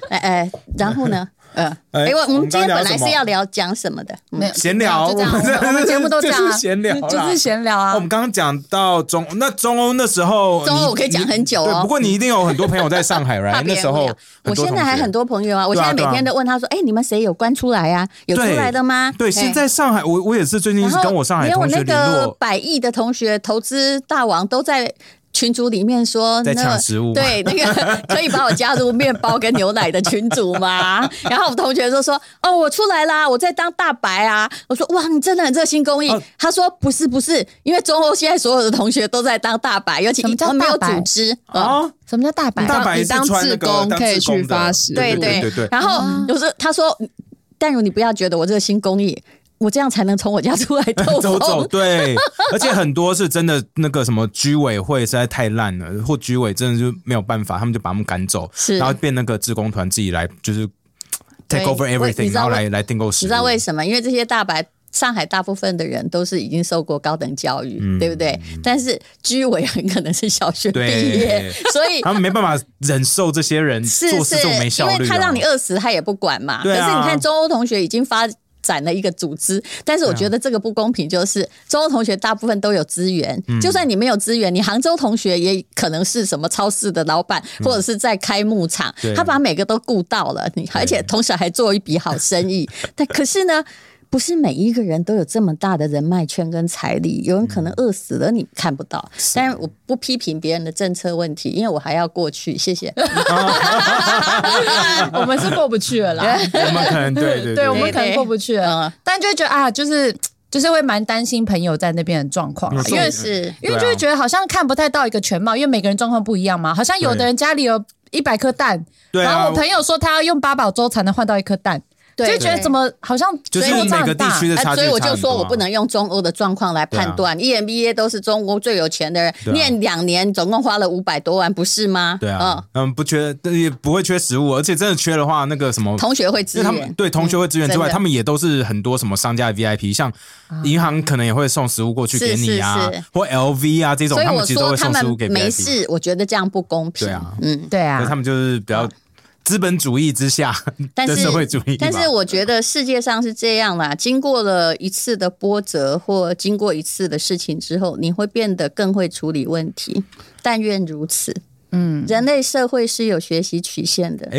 Speaker 3: 哎哎，然后呢？呃，
Speaker 4: 哎
Speaker 3: 哎，我我
Speaker 4: 我
Speaker 3: 们
Speaker 4: 们
Speaker 3: 今天
Speaker 4: 刚刚
Speaker 3: 本来
Speaker 4: 聊什么
Speaker 3: 是要聊讲什么的？嗯
Speaker 5: 没有
Speaker 4: 闲聊，
Speaker 5: 就这样
Speaker 4: 们
Speaker 5: 我们节目都这样啊
Speaker 4: 就是闲聊啦，
Speaker 5: 就是闲聊啊
Speaker 4: 哦我。们刚刚讲到中，那中欧那时候，
Speaker 3: 中欧
Speaker 4: 你
Speaker 3: 我可以讲很久哦
Speaker 4: 对不过你一定有很多朋友在上 海
Speaker 3: 怕
Speaker 4: ，right？
Speaker 3: 别
Speaker 4: 哎那
Speaker 3: 人
Speaker 4: 时候
Speaker 3: 无聊，我现在还很
Speaker 4: 多
Speaker 3: 多朋友啊，我现在每
Speaker 4: 对啊
Speaker 3: 天都问他说：“哎，你们谁有关出来啊？有出
Speaker 4: 对
Speaker 3: 来的吗？”
Speaker 4: 同学。对，
Speaker 3: 哎
Speaker 4: 现在上海，我我也是最近一
Speaker 3: 然
Speaker 4: 直
Speaker 3: 后
Speaker 4: 跟我上海
Speaker 3: 连我
Speaker 4: 同
Speaker 3: 那
Speaker 4: 学联
Speaker 3: 个
Speaker 4: 络，
Speaker 3: 百亿的同学、投资大王都在群组里面说，
Speaker 4: 在
Speaker 3: 那
Speaker 4: 抢
Speaker 3: 个
Speaker 4: 食物
Speaker 3: 对，那 个可以把我加入面包跟牛奶的群组吗？然后我同学就说：“哦，我出来啦，我在当大白啊。”我说：“哇，你真的很热心公益。
Speaker 4: 哦
Speaker 3: 他说：“不是，不是，因为中欧现在所有的同学都在当大白，尤其
Speaker 5: 什么叫
Speaker 3: 我们有
Speaker 5: 大白
Speaker 3: 组织啊。嗯
Speaker 4: 啊，
Speaker 5: 什么叫大白？
Speaker 4: 大白
Speaker 6: 你
Speaker 4: 是
Speaker 6: 当
Speaker 4: 穿那
Speaker 6: 志
Speaker 4: 个
Speaker 6: 工
Speaker 4: 当
Speaker 6: 可以
Speaker 4: 志工
Speaker 6: 去
Speaker 4: 的
Speaker 6: 发食
Speaker 3: 对
Speaker 6: 物
Speaker 4: 对
Speaker 3: 对
Speaker 4: 对，
Speaker 3: 然后
Speaker 5: 哦
Speaker 3: 就是他说，淡如你不要觉得我热心公益，我这样才能从我家 出来 透
Speaker 4: 走走，
Speaker 3: 风。
Speaker 4: 对，而且很多是真的那个什么居委会实在太烂了，或居委真的就没有办法，他们就把他们赶走，
Speaker 3: 是
Speaker 4: 然后变那个志工团自己来就是 take
Speaker 3: 对
Speaker 4: over
Speaker 3: 我你
Speaker 4: everything，
Speaker 3: 知道
Speaker 4: 然后
Speaker 3: 为
Speaker 4: 来来订购食
Speaker 3: 你
Speaker 4: 物。
Speaker 3: 知道为什么？因为这些大白。上海大部分的人都是已经受过高等教育，
Speaker 4: 嗯
Speaker 3: 对不对？但是居委很可能是小学毕
Speaker 4: 对
Speaker 3: 业，所以
Speaker 4: 他们没办法忍受这些人
Speaker 3: 是
Speaker 4: 做事
Speaker 3: 是
Speaker 4: 这么没，效率、
Speaker 3: 因
Speaker 4: 啊。
Speaker 3: 为他让你饿死，他也不管嘛。
Speaker 4: 对啊
Speaker 3: 可是你看中欧同学已经发展了一个组织，但是我觉得这个不公平，就是、
Speaker 4: 啊
Speaker 3: 中欧同学大部分都有资源，
Speaker 4: 嗯
Speaker 3: 就算你没有资源，你杭州同学也可能是什么超市的老板，或者是在开牧场，
Speaker 4: 嗯对
Speaker 3: 他把每个都顾到了，你而且同时还做一笔好 生意。但可是呢？不是每一个人都有这么大的人脉圈跟财力，有人可
Speaker 4: 嗯
Speaker 3: 能饿死了，你看不到。但是我不批评别人的政策问题，因为我还要过去。谢谢。
Speaker 5: 我们是过不去了啦。
Speaker 4: 我们可能 对对对
Speaker 5: 对，我们可能过不去了
Speaker 3: 嗯，
Speaker 5: 但就会觉得啊，就是就是会蛮担心朋友在那边的状况啦，
Speaker 4: 嗯
Speaker 5: 因为
Speaker 4: 是
Speaker 3: 是
Speaker 5: 因为就会觉得好像看不太到一个全貌，因为每个人状况不一样嘛。好像有的人家里有一百颗蛋，
Speaker 4: 对
Speaker 5: 然
Speaker 4: 啊，
Speaker 5: 后我朋友说他要用八宝粥才能换到一颗蛋，就
Speaker 3: 对
Speaker 5: 会觉得
Speaker 3: 对
Speaker 5: 怎么好像
Speaker 4: 就是
Speaker 5: 落
Speaker 4: 你
Speaker 5: 差
Speaker 4: 每个
Speaker 5: 很
Speaker 4: 地
Speaker 5: 大
Speaker 4: 区的
Speaker 3: 哎
Speaker 4: 差距、啊
Speaker 3: 所以我就说我不能。用中欧的状况来判断、e MBA 都是中欧最有钱的人，
Speaker 4: 对啊
Speaker 3: 念两年总共花了五百多万，不是吗？
Speaker 4: 对啊，嗯，不缺也不会缺食物，而且真的缺的话，那个什么
Speaker 3: 嗯，。同学会
Speaker 4: 因
Speaker 3: 支
Speaker 4: 为他们
Speaker 3: 援，
Speaker 4: 对同学会支援之外，
Speaker 3: 真的
Speaker 4: 他们也都是很多什么商家的 VIP，像银行可能也会送食物过去给你啊
Speaker 3: 是是是，
Speaker 4: 或 LV 啊这种，
Speaker 3: 所以
Speaker 4: 他们
Speaker 3: 我
Speaker 4: 其实都
Speaker 3: 说
Speaker 4: 会
Speaker 3: 他
Speaker 4: 送食物
Speaker 3: 们
Speaker 4: 给 VIP。
Speaker 3: 没事，我觉得这样不公平。
Speaker 4: 对啊
Speaker 3: 嗯，
Speaker 5: 对
Speaker 4: 可是他
Speaker 5: 啊，
Speaker 4: 们就是比较资本主义之下
Speaker 3: 但
Speaker 4: 的
Speaker 3: 是
Speaker 4: 社会主义吧。
Speaker 3: 但是我觉得世界上是这样啦，经过了一次的波折或经过一次的事情之后，你会变得更会处理问题。但愿如此。嗯，人类社会是有学习曲线的。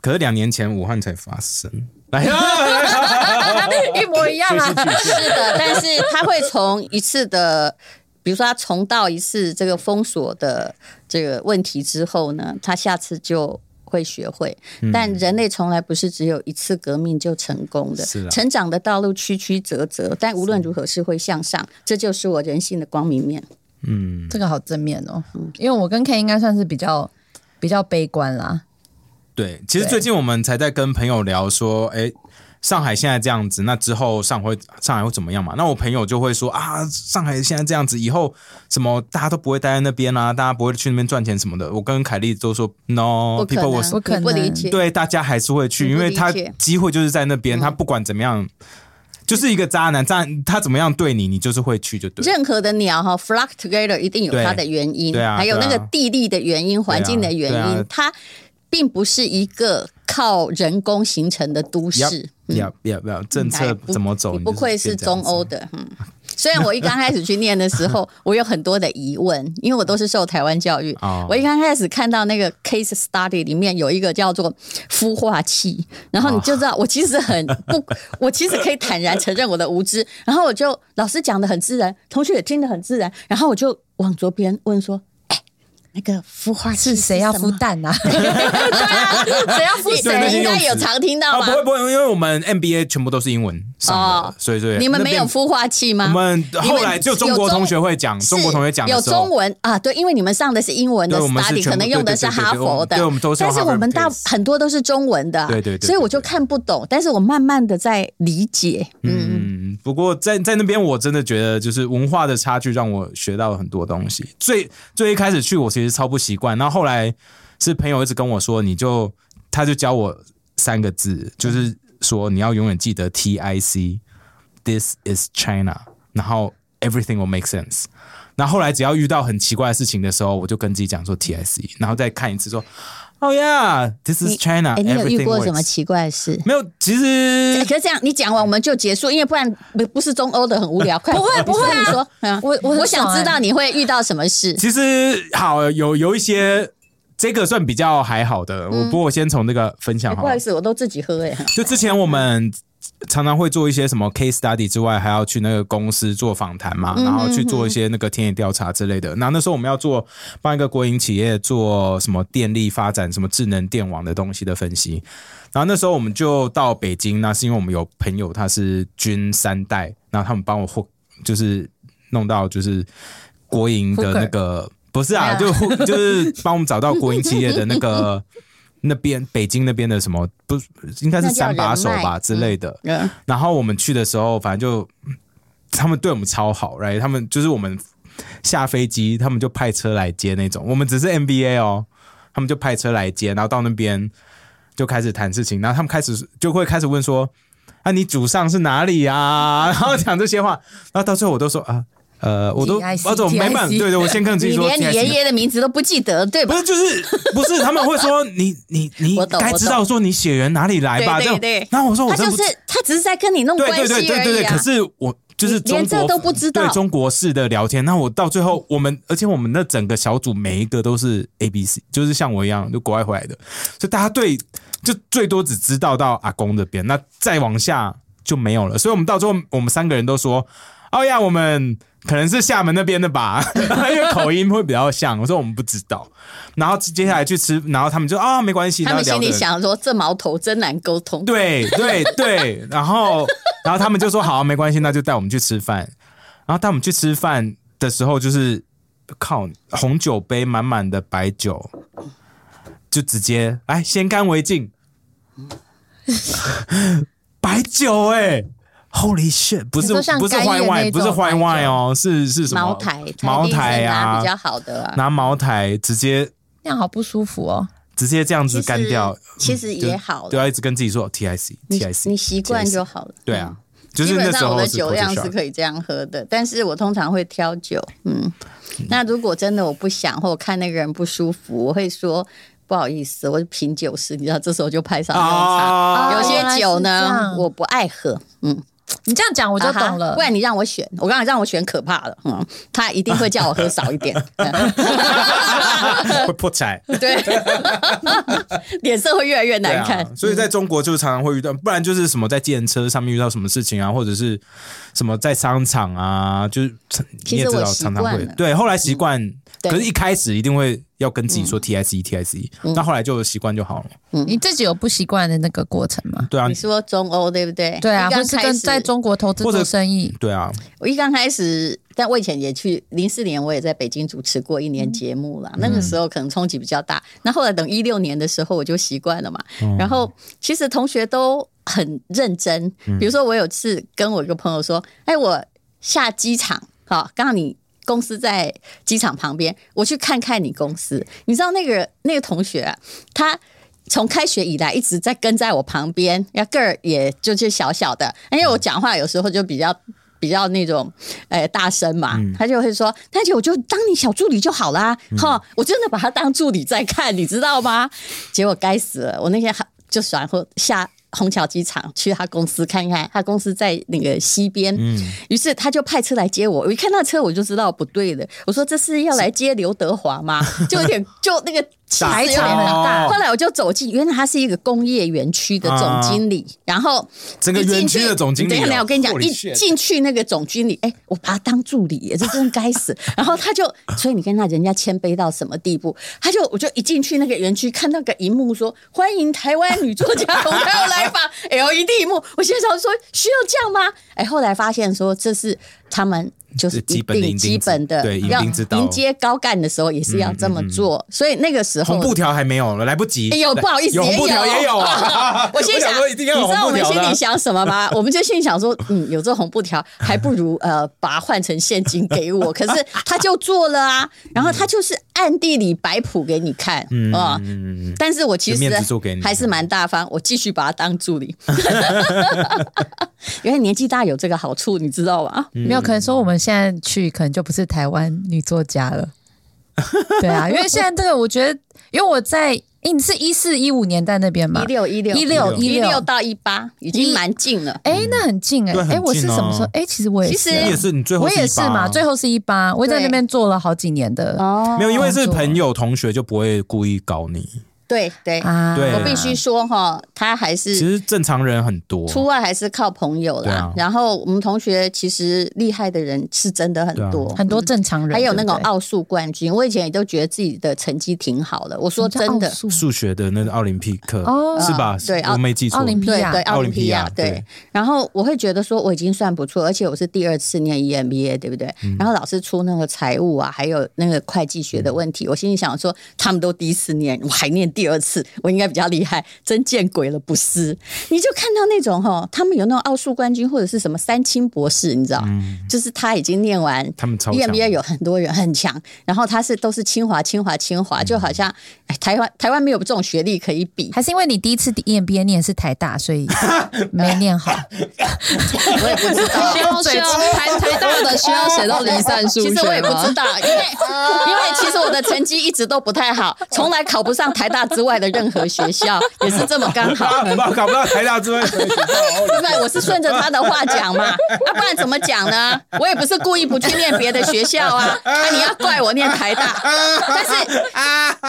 Speaker 4: 可是两年前武汉才发生，来啊，
Speaker 5: 一模一样啊。
Speaker 3: 是的，但是他会从一次的，比如说他重到一次这个封锁的这个问题之后呢，他下次就。会学会，但人类从来不是只有一次革命就成功的。
Speaker 4: 是啊
Speaker 3: 成长的道路曲曲折折，但无论如何是会向上，这就是我人性的光明面。
Speaker 4: 嗯，
Speaker 5: 这个好正面哦，因为我跟 K 应该算是比较比较悲观啦。
Speaker 4: 对，其实最近我们才在跟朋友聊说，哎，上海现在这样子，那之后上会上海会怎么样嘛？那我朋友就会说啊，上海现在这样子，以后什么大家都不会待在那边啊，大家不会去那边赚钱什么的。我跟凯莉都说
Speaker 3: 不可能，
Speaker 4: ，no，people 我
Speaker 5: 不可
Speaker 3: 你不
Speaker 5: 能
Speaker 3: 理解。
Speaker 4: 对大家还是会去，
Speaker 3: 你
Speaker 4: 因
Speaker 3: 不
Speaker 4: 为他
Speaker 3: 理解嗯
Speaker 4: 机会就是在那边，他不管怎么样。就是一个渣男，渣他怎么样对你，你就是会去就对了。
Speaker 3: 任何的鸟哈，flock together 一定有
Speaker 4: 对
Speaker 3: 它的原因，
Speaker 4: 对啊
Speaker 3: 还有
Speaker 4: 对
Speaker 3: 那
Speaker 4: 啊
Speaker 3: 个地利的原因、环境的原因，
Speaker 4: 对啊
Speaker 3: 它并不是一个靠人工形成的都市。
Speaker 4: 要要要，政
Speaker 3: 哎
Speaker 4: 策
Speaker 3: 嗯不
Speaker 4: 怎么走？
Speaker 3: 你
Speaker 4: 你
Speaker 3: 不
Speaker 4: 就是
Speaker 3: 愧
Speaker 4: 变
Speaker 3: 是
Speaker 4: 这样
Speaker 3: 中
Speaker 4: 子啊
Speaker 3: 欧的，嗯。虽然我一刚开始去念的时 候，我有很多的疑问，因为我都是受台湾教育。
Speaker 4: 哦
Speaker 3: 我一刚开始看到那个 case study 里面有一个叫做孵化器，然后你就知道我其实很 不，我其实可以坦然承认我的无知。然后我就老师讲的很自然，同学也听得很自然，然后我就往左边问说：“哎、那个孵化器
Speaker 5: 是谁要
Speaker 3: 什么
Speaker 5: 孵？蛋啊？
Speaker 3: 谁要孵
Speaker 4: 对那
Speaker 3: 谁？
Speaker 4: 些
Speaker 3: 应该
Speaker 4: 用
Speaker 3: 有
Speaker 4: 词
Speaker 3: 常听到
Speaker 4: 啊，
Speaker 3: 吧
Speaker 4: 不？会不会，因为我们 MBA 全部都是英文上的
Speaker 3: 哦，
Speaker 4: 所以所以
Speaker 3: 你们没有
Speaker 4: 那边
Speaker 3: 孵化器吗？
Speaker 4: 我们后来就中国同学会讲，
Speaker 3: 是
Speaker 4: 中国同学讲的
Speaker 3: 有
Speaker 4: 时候
Speaker 3: 中文啊，对，因为你们上的是英文的
Speaker 4: 对我们是
Speaker 3: study，
Speaker 4: 全部
Speaker 3: 可能用的是
Speaker 4: 对对对
Speaker 3: 哈
Speaker 4: 对对我
Speaker 3: 佛
Speaker 4: 们
Speaker 3: 的，
Speaker 4: 对我们都是
Speaker 3: 但是
Speaker 4: Harvard
Speaker 3: 我们大
Speaker 4: Business
Speaker 3: 很多都是中文的啊，
Speaker 4: 对对对对
Speaker 3: 所以我就看不懂，但是我慢慢的在理解，嗯，
Speaker 4: 嗯，不过在在那边，我真的觉得就是文化的差距让我学到了很多东西。最最一开始去，我其实超不习惯，然后后来是朋友一直跟我说，你就他就教我三个字，就是说你要永远记得 T I C，This is China，然后 Everything will make sense。然后后来只要遇到很奇怪的事情的时候，我就跟自己讲说 T I C，然后再看一次说，Oh yeah，This
Speaker 3: 你
Speaker 4: is China，everything
Speaker 3: 哎，你有遇过什么
Speaker 4: works
Speaker 3: 奇怪的事？
Speaker 4: 没有，其
Speaker 3: 哎
Speaker 4: 实
Speaker 3: 可是这样，你讲完我们就结束，因为不然不不是中欧的很无 聊。不
Speaker 5: 不会不会啊
Speaker 3: 你说，嗯
Speaker 5: 我我很
Speaker 3: 我想
Speaker 5: 爽哎
Speaker 3: 知道你会遇到什么事。
Speaker 4: 其实好有有一些这个算比较还好的，我不过我先从这个分享
Speaker 3: 哎不
Speaker 4: 好
Speaker 3: 好
Speaker 4: 了
Speaker 3: 意。思，我都自己喝哎。
Speaker 4: 就之前我们常常会做一些什么 case study 之外，还要去那个公司做访谈嘛，然后去做一些那个田野调查之类的。那那时候我们要做帮一个国营企业做什么电力发展、什么智能电网的东西的分析。然后那时候我们就到北京，那是因为我们有朋友他是军三代，然后他们帮我获就是弄到就是国营的那个不是啊，就户就是帮我们找到国营企业的那个那边北京那边的什么不应该是
Speaker 3: 那叫
Speaker 4: 三把手
Speaker 3: 人
Speaker 4: 吧
Speaker 3: 脉
Speaker 4: 之类的。
Speaker 3: 嗯
Speaker 4: 然后我们去的时候，反正就他们对我们超好，然后他们就是我们下飞机，他们就派车来接那种。我们只是 MBA 哦，他们就派车来接，然后到那边就开始谈事情，然后他们开始就会开始问说：“啊，你祖上是哪里啊？” 然后讲这些话，然后到最后我都说啊。呃，我都，
Speaker 5: TIC
Speaker 4: 我怎么没办法？对对，我先跟自己
Speaker 3: 你
Speaker 4: 说，
Speaker 3: 连你
Speaker 4: TIC
Speaker 3: 爷爷的名字都不记得，对
Speaker 4: 不
Speaker 3: 吧？
Speaker 4: 是，就是不是，他们会说你你你
Speaker 3: 我懂
Speaker 4: 该知道说你血缘哪里来吧？
Speaker 3: 对
Speaker 4: 这种
Speaker 3: 对对
Speaker 4: 然后我哦说我
Speaker 3: 他
Speaker 4: 真
Speaker 3: 就
Speaker 4: 不知
Speaker 3: 是他只是在跟你弄
Speaker 4: 对
Speaker 3: 关
Speaker 4: 对
Speaker 3: 系而
Speaker 4: 对
Speaker 3: 已、啊。
Speaker 4: 对对对，可是我就是
Speaker 3: 你连
Speaker 4: 中国
Speaker 3: 这都不知道
Speaker 4: 对中国式的聊天。那我到最后，我们而且我们那整个小组每一个都是 A B C，就是像我一样就国外回来的，所以大家对就最多只知道到阿公这边，那再往下就没有了。所以我们到最后，我们三个人都说：“哦呀，我们可能是厦门那边的吧， 因为口音会比较像。”我说我们不知道。然后接下来去吃，然后他们就啊、没关系，
Speaker 3: 他们
Speaker 4: 然
Speaker 3: 心
Speaker 4: 后聊
Speaker 3: 里
Speaker 4: 得
Speaker 3: 想说，这矛头真难沟通。
Speaker 4: 对 对对，然后然后他们就说好，没关系，那就带我们去吃饭。然后带我们去吃饭的时候，就是靠红酒杯满满的白酒，就直接来先干为敬， 白酒哎、Holy shit！不是
Speaker 5: 你说像
Speaker 4: 不是
Speaker 5: 干叶
Speaker 4: 坏
Speaker 5: 那
Speaker 4: 外，不是
Speaker 5: 种
Speaker 4: 坏
Speaker 5: 白
Speaker 4: 外哦，是是什么
Speaker 3: 茅台，
Speaker 4: 茅
Speaker 3: 台
Speaker 4: 台啊，
Speaker 3: 比较好的、啊。
Speaker 4: 拿茅台直接
Speaker 5: 那样好不舒服哦。
Speaker 4: 直接这样子干掉，
Speaker 3: 其实
Speaker 4: 就
Speaker 3: 也好
Speaker 4: 对
Speaker 3: 了，
Speaker 4: 啊，一直跟自己说 T I C T
Speaker 3: 你
Speaker 4: I C，
Speaker 3: 你习惯就好了。
Speaker 4: 对
Speaker 3: 嗯
Speaker 4: 啊，，就是
Speaker 3: 基
Speaker 4: 那
Speaker 3: 本
Speaker 4: 时
Speaker 3: 上我
Speaker 4: 候
Speaker 3: 的
Speaker 4: 是
Speaker 3: 酒
Speaker 4: culture
Speaker 3: 量是
Speaker 4: shock
Speaker 3: 可以这样喝的，但是我通常会挑酒。嗯，那如果真的我不想或我看那个人不舒服，我会说。不好意思，我是品酒师，你知道，这时候就派上用场。
Speaker 4: 啊，
Speaker 3: 有
Speaker 5: 哦原来
Speaker 3: 些
Speaker 5: 是
Speaker 3: 酒
Speaker 5: 这
Speaker 3: 呢
Speaker 5: 样，
Speaker 3: 我不爱喝，嗯，
Speaker 5: 你这样讲我就
Speaker 3: 啊哈
Speaker 5: 懂了
Speaker 3: 不。然你让我选，我刚才让我选可怕了，嗯，他一定会叫我喝少 一点，嗯
Speaker 4: 啊会破财，
Speaker 3: 对，脸色会越来越
Speaker 4: 对
Speaker 3: 难看。
Speaker 4: 啊。所以在中国就常常会遇到，不然就是什么在电车上面遇到什么事情啊，或者是什么在商场啊，就是
Speaker 3: 其实
Speaker 4: 你也知道
Speaker 3: 我习
Speaker 4: 常
Speaker 3: 惯
Speaker 4: 常会
Speaker 3: 了嗯
Speaker 4: 对，后来习惯。
Speaker 3: 对嗯
Speaker 4: 可是，一开始一定会要跟自己说 T I C T I C，那后来就习惯就好了。
Speaker 5: 你自己有不习惯的那个过程吗？
Speaker 4: 对啊
Speaker 3: 你，说中欧对不对？
Speaker 5: 对啊，
Speaker 3: 我一
Speaker 5: 或
Speaker 3: 刚
Speaker 5: 是
Speaker 3: 开
Speaker 5: 跟
Speaker 3: 始
Speaker 5: 在，中国投资
Speaker 4: 或者
Speaker 5: 做生意，
Speaker 4: 对啊，
Speaker 3: 我一刚开始，但我以前也去零四年，我也在北京主持过一年节目啦。那个时候可能冲击比较大，那后来等一六年的时候我就习惯了嘛。然后其实同学都很认真，比如说我有次跟我一个朋友说：“哎，我下机场，好，刚好你公司在机场旁边，我去看看你公司。”你知道那个那个同学、啊，他。从开学以来一直在跟在我旁边，要个儿也就是小小的，因为我讲话有时候就比较比较那种，哎、大声嘛，他就会说，那姐我就当你小助理就好啦，哈、我真的把他当助理在看，你知道吗？结果该死了，我那天还就转后下虹桥机场去他公司看看，他公司在那个西边，于是他就派车来接我。我一看那车，我就知道不对了。我说这是要来接刘德华吗？就有点就那个气
Speaker 4: 大
Speaker 3: 势有点很
Speaker 4: 哦
Speaker 3: 大。后来我就走进，原来他是一个工业园区的总经理，然后
Speaker 4: 啊整个
Speaker 3: 一进
Speaker 4: 园区的
Speaker 3: 去
Speaker 4: 总经理
Speaker 3: 等一
Speaker 4: 哦
Speaker 3: 下，我跟你讲，
Speaker 4: Holy
Speaker 3: 一
Speaker 4: shit
Speaker 3: 进去那个总经理，哎，我把他当助理耶，这真的该 死。然后他就，所以你看他人家谦卑到什么地步，他就我就一进去那个园区，看到个荧幕说欢迎台湾女作家洪涛来访 LED 荧幕，我心想说需要这样吗？哎，后来发现说这是他们。就是
Speaker 4: 这基
Speaker 3: 一
Speaker 4: 本的
Speaker 3: 定
Speaker 4: 一定
Speaker 3: 基
Speaker 4: 之
Speaker 3: 本的，
Speaker 4: 对一定
Speaker 3: 要
Speaker 4: 之道嗯
Speaker 3: 迎接高干的时候也是要这么做，所以那个时候
Speaker 4: 红布条还没有，来不及。
Speaker 3: 哎呦，不好意思，
Speaker 4: 有红
Speaker 3: 也。
Speaker 4: 布条也有啊
Speaker 3: 我心想，
Speaker 4: 想说一定要有
Speaker 3: 你知道我
Speaker 4: 红布
Speaker 3: 们
Speaker 4: 条
Speaker 3: 心
Speaker 4: 的
Speaker 3: 里
Speaker 4: 啊。
Speaker 3: 想什么吗？ 我们就心里想说，嗯，有这红布条，还不如呃把它换成现金 给我。可是他就做了啊，然后他就是暗地里摆谱给你看
Speaker 4: 嗯
Speaker 3: 啊。
Speaker 4: 嗯，嗯
Speaker 3: 但是我其
Speaker 4: 就
Speaker 3: 实
Speaker 4: 面子做给你嗯
Speaker 3: 还是蛮大方，我继续把他当助 理。原来年纪大有这个好处，你知道吗？
Speaker 4: 嗯
Speaker 5: 没有，可能说我们现在去，可能就不是台湾女作家 了。对啊，因为现在这个，我觉得，因为我在，诶你是一四一五年代那边嘛
Speaker 3: 一，六一六
Speaker 5: 一六
Speaker 3: 一
Speaker 5: 一
Speaker 3: 六
Speaker 5: 六，
Speaker 3: 到一八，已经蛮近了。
Speaker 5: 哎，那很近哎、
Speaker 4: 对很
Speaker 5: 哎、我是
Speaker 4: 近哦
Speaker 5: 什么时候？哎、其实我也是
Speaker 3: 其
Speaker 4: 嗯
Speaker 3: 实
Speaker 4: 你也是，你最后
Speaker 5: 我也是
Speaker 4: 18
Speaker 5: 嘛，
Speaker 4: 啊
Speaker 5: 最后是一八，我也在那边做了好几年的
Speaker 3: 哦
Speaker 4: 没有，因为是
Speaker 5: 工作
Speaker 4: 朋友同学就不会故意搞你。
Speaker 3: 对对，
Speaker 5: 啊，
Speaker 4: 对
Speaker 3: 我必须说哈，他还是
Speaker 4: 其实正常人很多，
Speaker 3: 出外还是靠朋友
Speaker 4: 对
Speaker 3: 啦。
Speaker 4: 啊
Speaker 3: 然后我们同学其实厉害的人是真的很多，
Speaker 4: 对啊
Speaker 5: 很多正常人，
Speaker 3: 嗯还有那
Speaker 5: 对不
Speaker 3: 种
Speaker 5: 对
Speaker 3: 奥数冠军，我以前也都觉得自己的成绩挺好的。我说真的，
Speaker 5: 数
Speaker 4: 数学的那个奥林匹克
Speaker 5: 哦
Speaker 4: 是吧？
Speaker 3: 嗯啊对奥
Speaker 4: 我没记错
Speaker 5: 奥。林匹
Speaker 3: 对对，
Speaker 4: 奥
Speaker 3: 奥
Speaker 4: 林
Speaker 3: 林
Speaker 4: 匹
Speaker 3: 匹
Speaker 4: 亚
Speaker 3: 亚对
Speaker 4: 对。
Speaker 3: 然后我会觉得说我已经算不错，而且我是第二次念 EMBA，对不对？
Speaker 4: 嗯
Speaker 3: 然后老师出那个财务啊，还有那个会计学的问题，我心里想说他们都第一次念，我还念第二次，我应该比较厉害，真见鬼了不是？你就看到那种哈，他们有那种奥数冠军或者是什么三清博士，你知道，就是他已经念完
Speaker 4: 他嗯们超强
Speaker 3: EMBA 有很多人很强，然后他是都是清华、清华、清
Speaker 4: 嗯
Speaker 3: 华，就好像哎台湾台湾没有这种学历可以比，
Speaker 5: 还是因为你第一次念 BA 念的是台大，所以 没念好。
Speaker 3: 我也不知道。
Speaker 6: 需要需要台台大的需要写到离散数学
Speaker 3: 其实我也不知
Speaker 6: 吗？
Speaker 3: 道，因 为因为其实我的成绩一直都不太好，从来考不上台大之外的任何学校，也是这么刚好
Speaker 4: 啊，。不搞不到台大之外，
Speaker 3: 对，我是顺着他的话讲嘛，啊，不然怎么讲呢？我也不是故意不去念别的学校啊，啊，你要怪我念台大，但是。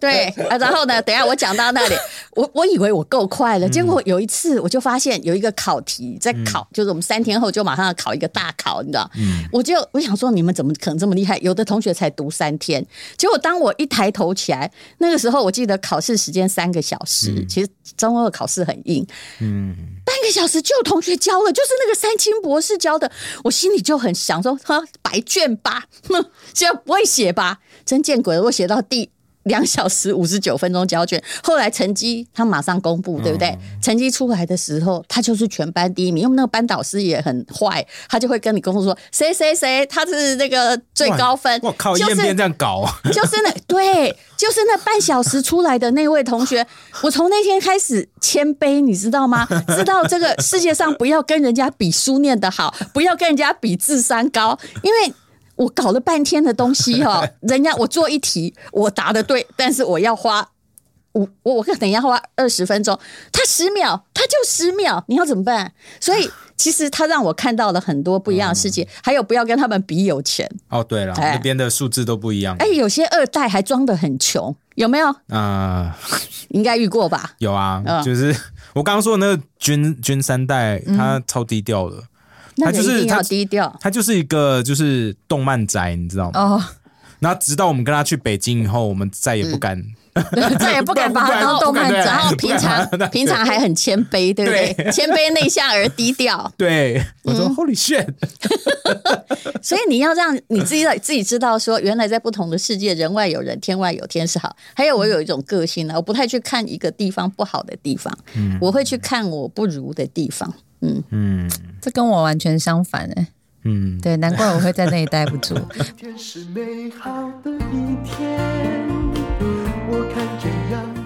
Speaker 3: 对啊，然后呢？等一下我讲到那里，我我以为我够快了，结果有一次我就发现有一个考题在考，就是我们三天后就马上要考一个大考，你知道？我就我想说你们怎么可能这么厉害？有的同学才读三天，结果当我一抬头起来，那个时候我记得考试时间三个小时，其实中二考试很硬，半个小时就有同学教了，就是那个三清博士教的，我心里就很想说，哈，白卷吧， 哼，现在不会写吧，真见鬼了！我写到第两小时五十九分钟交卷，后来成绩他马上公布，对不对？
Speaker 4: 嗯
Speaker 3: 成绩出来的时候，他就是全班第一名，因为那个班导师也很坏，他就会跟你公布说，谁谁谁他是那个 最高分，
Speaker 4: 我靠，
Speaker 3: 就是
Speaker 4: 验边这样搞 啊，
Speaker 3: 就是那对，就是那半小时出来的那位同学，我从那天开始谦卑，你知道吗？知道这个世界上不要跟人家比书念得好，不要跟人家比智商高，因为。我搞了半天的东西哈、人家我做一题，我答的对，但是我要花我我我等一下花二十分钟，他十秒，他就十秒，你要怎么办？所以其实他让我看到了很多不一样的世界，还有不要跟他们比有钱，
Speaker 4: 哦，对了，
Speaker 3: 哎
Speaker 4: 那边的数字都不一样。
Speaker 3: 哎，有些二代还装得很穷，有没有？
Speaker 4: 啊、
Speaker 3: 应该遇过吧？
Speaker 4: 有啊，
Speaker 3: 嗯
Speaker 4: 就是我刚刚说的那个军军三代，他超低调的，
Speaker 3: 那
Speaker 4: 他
Speaker 3: 个
Speaker 4: 就
Speaker 3: 一
Speaker 4: 是
Speaker 3: 定要
Speaker 4: 他
Speaker 3: 低调。
Speaker 4: 他就是一个就是动漫宅，你知道吗？
Speaker 5: 哦，
Speaker 4: 然后直到我们跟他去北京以后，我们再 也不敢。
Speaker 3: 嗯
Speaker 5: 再也不敢把它当动漫
Speaker 4: 不
Speaker 5: 展
Speaker 4: 敢
Speaker 3: 然
Speaker 4: 不敢
Speaker 3: 后平常 平常还很谦卑，对不对？ 谦卑内向而低调，
Speaker 4: 对，我说、Holy shit，
Speaker 3: 所以你要让你自己的自己知道说，原来在不同的世界，人外有人，天外有天是好。还有我有一种个性啊呢，我不太去看一个地方不好的地方，我会去看我不如的地方。嗯，
Speaker 4: 嗯
Speaker 5: 这跟我完全相反哎、
Speaker 4: 嗯，
Speaker 5: 对，难怪我会在那里待不住。
Speaker 2: 今天是美好的一天，我看见阳